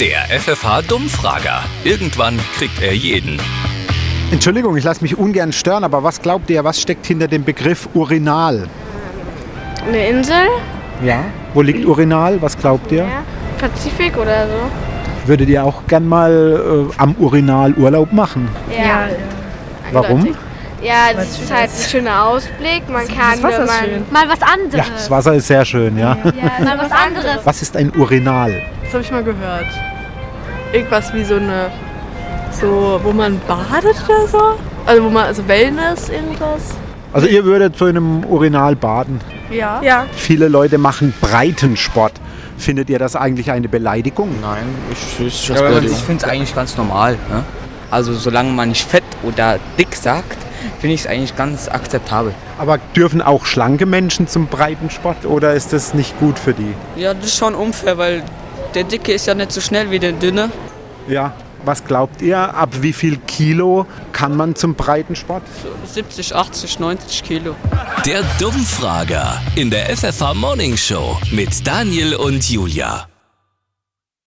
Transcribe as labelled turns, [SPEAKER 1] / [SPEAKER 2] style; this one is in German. [SPEAKER 1] Der FFH-Dummfrager. Irgendwann kriegt er jeden.
[SPEAKER 2] Entschuldigung, ich lasse mich ungern stören, aber was glaubt ihr, was steckt hinter dem Begriff Urinal?
[SPEAKER 3] Eine Insel?
[SPEAKER 2] Ja. Wo liegt Urinal? Was glaubt ihr?
[SPEAKER 3] Pazifik oder so?
[SPEAKER 2] Würdet ihr auch gern mal äh, am Urinal Urlaub machen?
[SPEAKER 3] Ja.
[SPEAKER 2] Warum?
[SPEAKER 3] Ja, das ist halt ein schöner Ausblick. Man kann,
[SPEAKER 4] Wasser
[SPEAKER 3] wenn
[SPEAKER 4] ist
[SPEAKER 3] man
[SPEAKER 4] schön.
[SPEAKER 5] Mal was anderes.
[SPEAKER 2] Ja, das Wasser ist sehr schön, ja.
[SPEAKER 5] Mal was anderes.
[SPEAKER 2] Was ist ein Urinal?
[SPEAKER 4] Das habe ich mal gehört. Irgendwas wie so eine, so wo man badet oder so. Also wo man, also Wellness irgendwas.
[SPEAKER 2] Also ihr würdet zu einem Urinal baden.
[SPEAKER 4] Ja.
[SPEAKER 3] Ja.
[SPEAKER 2] Viele Leute machen Breitensport. Findet ihr das eigentlich eine Beleidigung?
[SPEAKER 6] Nein, ich, ich,
[SPEAKER 7] Ja, aber ich finde es eigentlich ganz normal. Ne? Also solange man nicht fett oder dick sagt, finde ich es eigentlich ganz akzeptabel.
[SPEAKER 2] Aber dürfen auch schlanke Menschen zum Breitensport oder ist das nicht gut für die?
[SPEAKER 8] Ja, das ist schon unfair, weil der Dicke ist ja nicht so schnell wie der Dünne.
[SPEAKER 2] Ja. Was glaubt ihr, ab wie viel Kilo kann man zum Breitensport?
[SPEAKER 8] 70, 80, 90 Kilo.
[SPEAKER 1] Der Dummfrager in der FFH Morning Show mit Daniel und Julia.